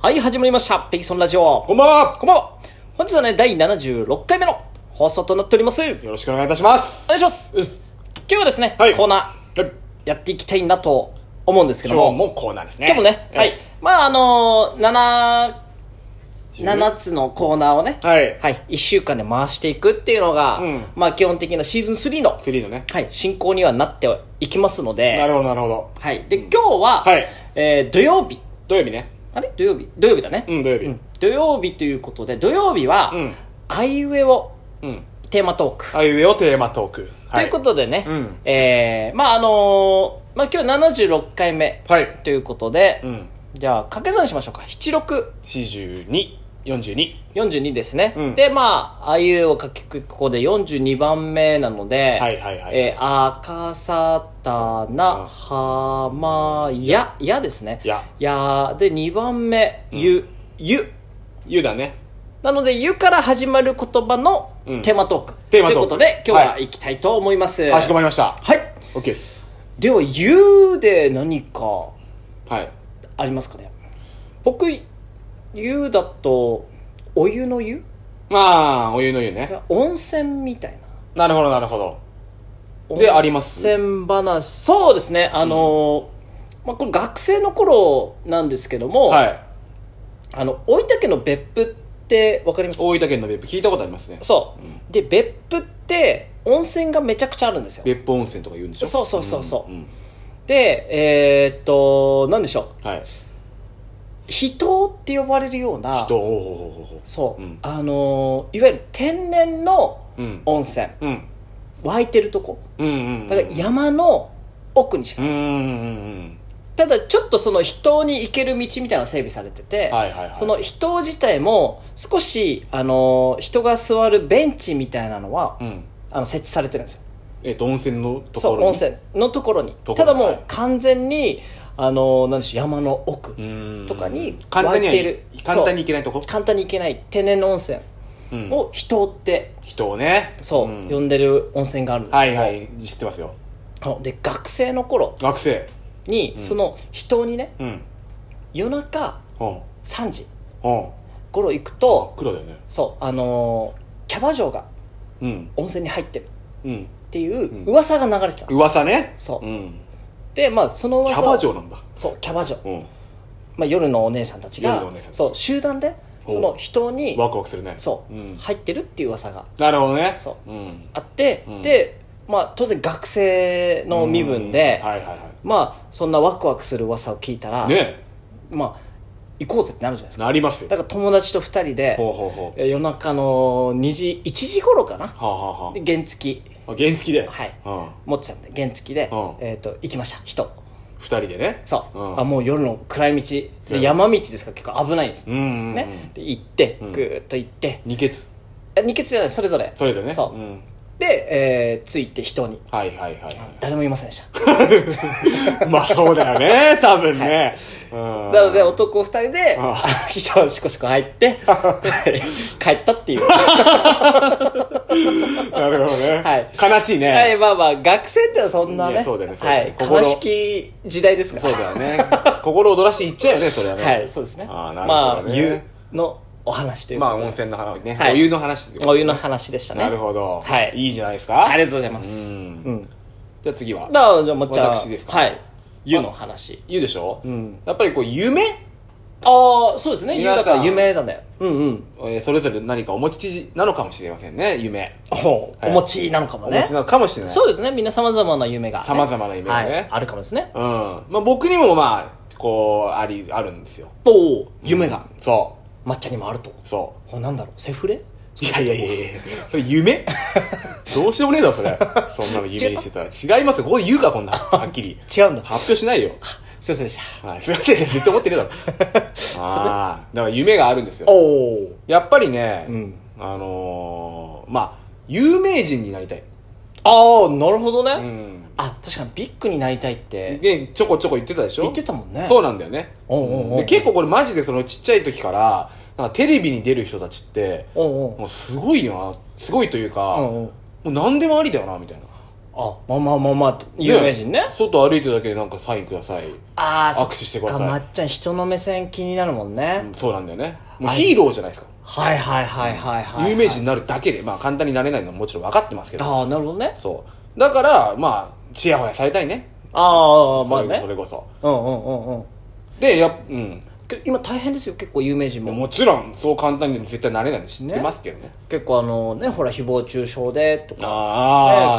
はい、始まりました。ペギソンラジオ。こんばんはこんばんは。本日はね、第76回目の放送となっております。お願いよろしくお願いいたしますします。うっす今日はですね、はいコーナはいーやっていきたいなと思うんですけ今日ども。もコーナーですね今日もね、はい。まあ、あのー、十7、7つのコーナーをね、はいはい、1週間で回していくっていうのが、うんまあ、基本的なシーズン3の、 3のねはい、進行にはなっていきますのなで、るほどなるほどはい。で、今日は、はいえー土曜日、土曜日ねあれ土曜日土曜日だね。うん土曜日うん土曜日ということで、土曜日は、うんあいうえをうんテーマトーク。あいうえをテーマトークということでね、うんえー、まああのーまあ今日76回目はいということで、んじゃあ掛け算しましょうか。76、 4242 42ですね。うんで、まあ、あいうえを書きく、ここで42番目なので、はいはいはいえー、あかさたなはまや、やですね。ややで、2番目、ゆ、ゆ。ゆだねなので、ゆから始まる言葉のうんテーマトーク。テーマトークということで、今日ははい行きたいと思います。かしこまりましたはい。 OK ですでは、ゆで何かはいありますかね僕、ゆだと、お湯の湯まあお湯の湯ね温泉みたいな。なるほどなるほどであります温泉話。そうですね。あのー、まあ、これ学生の頃なんですけども、はいあの、大分県の別府ってわかります大分県の別府聞いたことありますねそう。で、別府って温泉がめちゃくちゃあるんですよ。別府温泉とか言うんでしょそうそうそうそう。んで、えーっと、なんでしょはい秘湯って呼ばれるような、人ほうほうほうほうほそう、うんあのーいわゆる天然のううん温泉、うん湧いてるとこ。うんうんうんだから山の奥にしかうんない、うんうんうんただちょっとその秘湯に行ける道みたいなのが整備されてて、はいはいはいその秘湯自体も少し、あのー人が座るベンチみたいなのは、うんあの設置されてるんですよ。えっ、と温泉のとこそろう、温泉のところに。ところにただもはうい完全に、あのーなんでしょう、山の奥。温とかに簡単には湧いてる簡単に行けないとこ簡単に行けない天然の温泉うんを人って、人をねそう、ん呼んでる温泉があるんですはいはい知ってますよけど、で、学生の頃学生に、その人にね、うん夜中うん3時うん頃行くと、黒だよねそう、あのーキャバ嬢がうん温泉に入ってるっうんていう噂が流れてたの。噂ねそううん、で、まあ、そのキ噂をャバ嬢なんだそう、キャバ嬢。うんまあ、夜のお姉さんたち夜がのお姉さんた、ちそう、集団で、おうその人に、ワクワクするねそう、ん、入ってるっていう噂がなるほどねそうんあって、で、まあ、当然学生の身分で、うんはいはいはまあ、そんなワクワクする噂を聞いたら、いねまあ、行こうぜってなるじゃないですか。なりますよだから友達と二人で、ほうほうほうえ夜中の2時、1時頃かなはあ、はあはで原付き、あ、あ原付でははいうん、持ってたんで、原付きで、うんえっ、と、行きました、人。二人でねそう、ん、あ、もう夜の暗い道、で山道ですから結構危ないんです。うんうんうん、ね。で、行って、ぐーっと行って、二血え二血じゃない、それぞれ。それぞれねそう。ん、で、えー、着いて人に。はいはいはいはい 誰もいませんでした。まあそうだよね、多分ね。うんなので、男二人で、ああの人をシコシコ入って、 はい帰ったっていう。なるほどね。はい悲しいね。 はい、まあまあ、学生ってのはそんないね。やそうだよねそうはだよねい、心悲しき時代ですかそうら。だよね。心躍らしていっちゃうよね、それはね。 はい、そうですね。あーなるほどねまあ、湯のお話というまか、あ温泉の話ね。はいお湯の話お湯の話でしたね。なるほど。はいいいじゃないですあか。りがとうございます。ううんん。じゃあ次は。だから、じゃあ、もっちゃん私ですかはい。湯の話。言うでしょやっぱりこう、夢ああ、そうですね。湯皆ださんから夢だね。うんうん。えーそれぞれ何かお持ちなのかもしれませんね、夢。おはい持ちなのかもおね持ち。なのかもしれない。そうですね。みんな様々な夢がね。様々な夢がねはいあるかもですね。うん。まあ僕にもまあ、こう、あり、あるんですよ。おー夢が。そ抹茶にもあると。う。そう。あ、なんだろう、セフレいやいやいやいやそれ夢どうしようもねえだろ、それ。そんなの夢にしてたら。違いますよ。ここで言うか、こんな。はっきり。違うんだ。発表しないよ。すいませんでした。はい、すいません。ずっと思ってねえだろ。ああ。だから夢があるんですよ。おー。やっぱりね、んあのー、まあ、有名人になりたい。あー、なるほどね。うん。あ、確かにビッグになりたいってで、ちょこちょこ言ってたでしょ言ってたもんね。そうう。なんだよね。おうおうおうで結構これマジでそのちっちゃい時から、なんかテレビに出る人たちって、おうおうもうすごいよな。すごいというか、うんうんもう何でもありだよな、みたいな。ああ、まあまあまあまあ、有名人ね。外歩いてるだけでなんかサインください。ああ、そっ握手してくださいかまっちゃん、人の目線気になるもんね。そうなんだよね。もうヒーローじゃないですか。はいはいはいはいはい。有名人になるだけで、まあ簡単になれないのももちろん分かってますけど。ああ、なるほどね。そう。だから、まあ、ちやほやされたいね。ああ、まあそれねそ。れこそ。うんうんうんうん。で、やっうん。けど今大変ですよ、結構有名人も。もちろん、そう簡単に絶対なれないの知ってますけどね。結構あのね、ほら、誹謗中傷で、とか、あ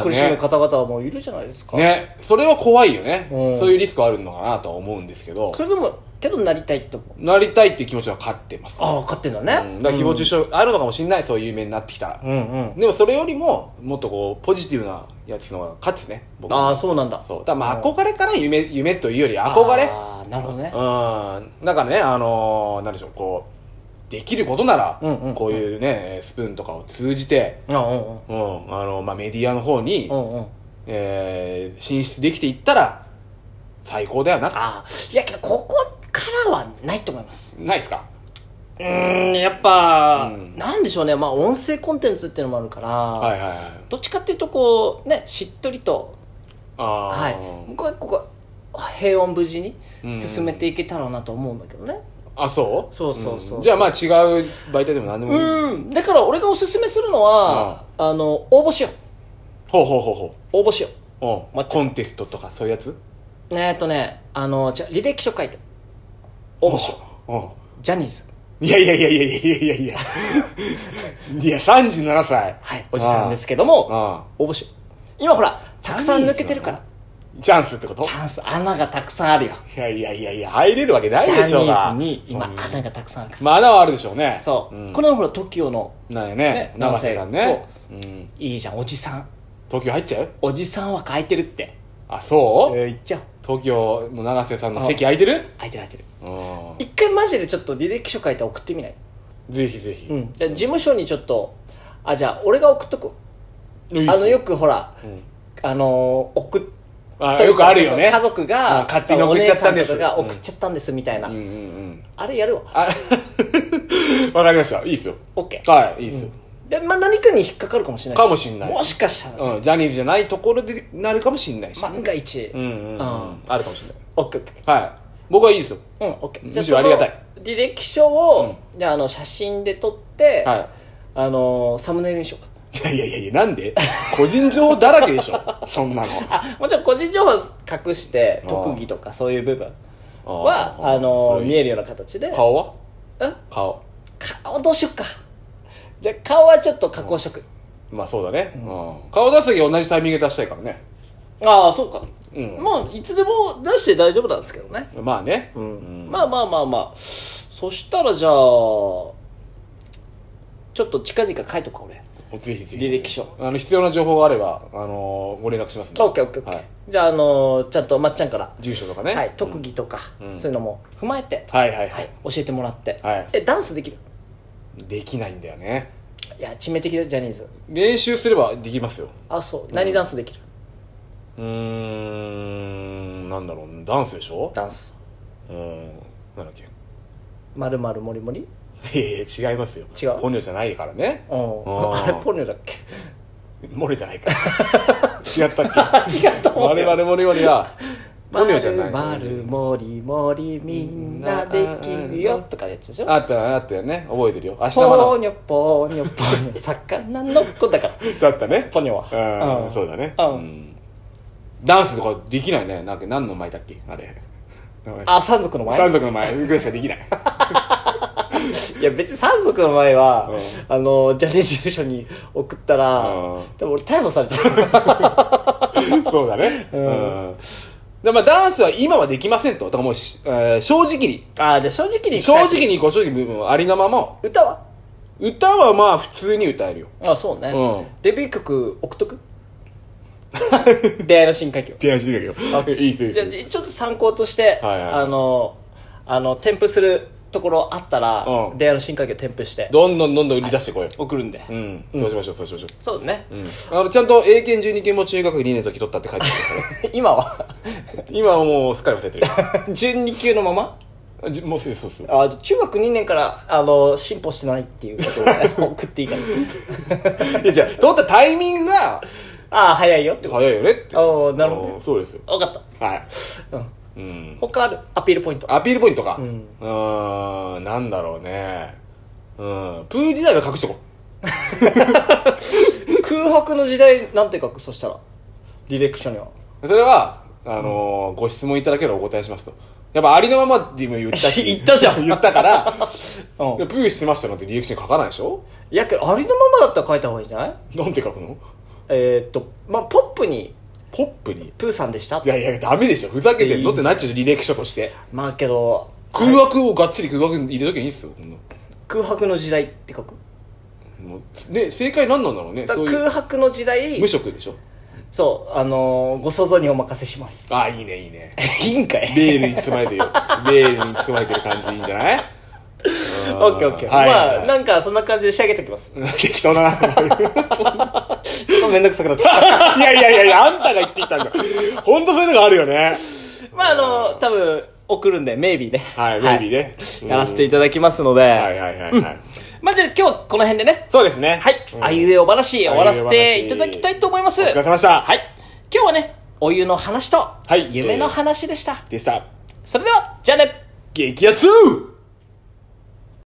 ねあ、苦しむ方々もいるじゃないですか。ね、それは怖いよね、うんそういうリスクはあるのかなとは思うんですけど、それでも、けどなりたいって思う。なりたいっていう気持ちは勝ってます。ああ、勝ってんだね。うんだから誹謗中傷あるのかもしれない、そういう有名になってきたら。うんうん。でもそれよりも、もっとこう、ポジティブなやつの方が勝つね、僕ああ、そうなんだ。そう。だからまあ憧れから夢、夢というより憧れああ、なるほどね。うん。だからね、あのーなんでしょう、こう、できることなら、うんうんこういうね、スプーンとかを通じて、あうんうん。うん、あの、まあ、メディアの方に、うんうん。えー進出できていったら、最高だよな。ああ、いやけど、ここからはないと思います。ないですかうーん、やっぱ、なんでしょうね。まあ、音声コンテンツっていうのもあるから、はいはいはい。どっちかっていうと、こう、ね、しっとりと、ああ。はい。僕はここ、平穏無事に進めていけたらなと思うんだけどね。あ、そうそうそうそうんじゃあまあ違う媒体でも何でもいい。うん。だから、俺がおすすめするのは、あの、応募しよう。ほうほうほうほ応募しよう。う。うん。コンテストとかそういうやつえーっとね、あの、じゃ履歴書書いて。応募しよう。うジャニーズ。ん。いやいやいやいやいやいやいやいや、37歳。はい、おじさんですけども、ああ。応募しよう。今ほら、たくさん抜けてるから。チャンスってことチャンス、穴がたくさんあるよ。いやいやいやいや、入れるわけないジャでしょうニが。ーズに今うん穴がたくさんあるから。まあ穴はあるでしょうね。そうう。これはほら、TOKIO の、ん。なんやねね。長瀬さんね。うん。いいじゃん、おじさん。東京入っちゃうおじさんは空いてるって。あ、そう、えー、いっちゃおう。東京の長瀬さんの席空いてる空いてる空いてる。うん。一回マジでちょっと履歴書書いて送ってみないぜひぜひ。うん。じゃあ事務所にちょっと、あ、じゃあ俺が送っとく。いいっすあの、よくほら、あのー、送っあよくあるよね。そうそう家族うがん、勝手に送っちゃったんですお姉さとかが送っちゃったんですみたいな。うんうんうん。あれやるわ。あ、 わかりました。いいっすよ。オッケー。はい、いいっすよ。で、まあ、何かに引っかかるかもしれない。かもしんないもしかしたら、うん、ジャニーズじゃないところでなるかもしんないし。万が一。うんうんうん。あるかもしんない。オッケーオッケはい。僕はいいですよ。ー。うん、オッケー。むしろありがたい。履歴書を、じゃあ、あの、写真で撮って、はいあのー、サムネイルにしようか。いやいやいやいや、なんで個人情報だらけでし ょ。そんなの。あ、もちろん個人情報隠して、特技とかそういう部分は、あーあのそれー、いい見えるような形で。顔はうん顔。顔どうしようか。じゃあ、顔はちょっと加工しとく。まあそうだね。うん顔出すとき同じタイミングで出したいからね。ああそうか、うんまあいつでも出して大丈夫なんですけどね、まあね。うまあまあまあまあそしたらじゃあちょっと近々書いとくか俺ぜひぜひ。履歴書あの、必要な情報があれば、あのー、ご連絡しますんでオッケーオッケーオッケー、はいじゃああのーちゃんとまっちゃんから、住所とかね。はい、特技とか、そういうのも踏まえて、はいはいははいい。教えてもらって、はいえダンスできるできないんだよね。いや致命的だよジャニーズ練習すればできますよ。あそう何ダンスできる、うーん、なんだろう、ダンスでしょダンスうーん、なんだっけ。 まるまるもりもりいやいや、違いますよ。違うポニョじゃないか らね。うんあれポニョだっけ モレじゃないから。違ったっ 違うとけ思うよ我々モレモ レは、ポニョじゃない。まるもりもりみんなできるよとかやつでしょあったよあったよね。覚えてるよ。明日まポーニョポーニョポーニョ魚の子だからだ。だったね。ポニョはううんん、そうだね。うんんダンスとかできないね。なんか何の前だっけあれ。名前あ山賊の前三足の前ぐらいしかできない。いや別に山賊の前は、うんあのジャニーズ事務所に送ったら、うんでも俺逮捕されちゃう そうだね。うん。でまあ、ダンスは今はできませんと。だからもうし、えー正直に。ああじゃあ正直に正直に、ご正直にありのまま。歌は歌はまあ普通に歌えるよ。あそうね、うんデビュー曲送っとく出会いの新海を手足だけど。いいっすよいいじっすゃあよ。ちょっと参考として、はいはいあのあの添付するところあったら、うん出会いの新海を添付してどんどんどんどん売り出してこいよ。送るんで、うん。そうしましょう、そうしましょう。そうね、あの、ちゃんと英検12検も中学2年の時取ったって書いてあるか今はら。今はもうすっかり忘れてる12級のままよ。 じもうすぐそうそう。あじゃあ中学2年からあの進 歩してないっていうことを送っていいかない や、じゃあ、取ったタイミングが、ああ、早いよってこと。早いよねって。おーなるほどねうんそうですよ。わかった。はい。うん。うん。他あるアピールポイント。アピールポイントか。うんーん、なんだろうね。うん。プー自体は隠しとこう。空白の時代なんて書くそしたら。ディレクションには。それは、あのーご質問いただければお答えしますと。やっぱありのままでも言った し言ったじゃん言ったから、うんでプーしてましたなんて履歴書に書かないでしょいやけど、ありのままだったら書いた方がいいんじゃないなんて書くのえーっと、まあ、ポップに、ポップに。プーさんでしたっいて。やいや、ダメでしょ。ふざけてんのいいってなっちゃう履歴書として。まあけど、空枠をがっつり空枠に入れときゃいいんですよ、こんな。空白の時代って書くもうね、正解何なんだろうね。だかそらういう空。白の時代無、職でしょそう、あのーご想像にお任せします。 ああ、いいね、いいね。いいんかいベールに包まれてるよ。ベールに包まれてる感じいいんじゃないオッケーオッケー。はいまあ、なんかそんな感じで仕上げておきます。 適当だな。ちょ っとめんどくさくなってきた。いやいやいやいや、あんたが言ってきたんだ。ほんとそういうのがあるよね。まあ、あのー多分、送るんで、メイビーね。はい、ベイビーね。やらせていただきますので。はいはいはいはい。まあ、じゃあ今日はこの辺でね、そうですね。はい、あゆえお話終わらせていただきたいと思います。お疲れ様でした。はい。今日はね、お湯の話と、はい夢の話でした。でした。それでは、じゃあね激アツ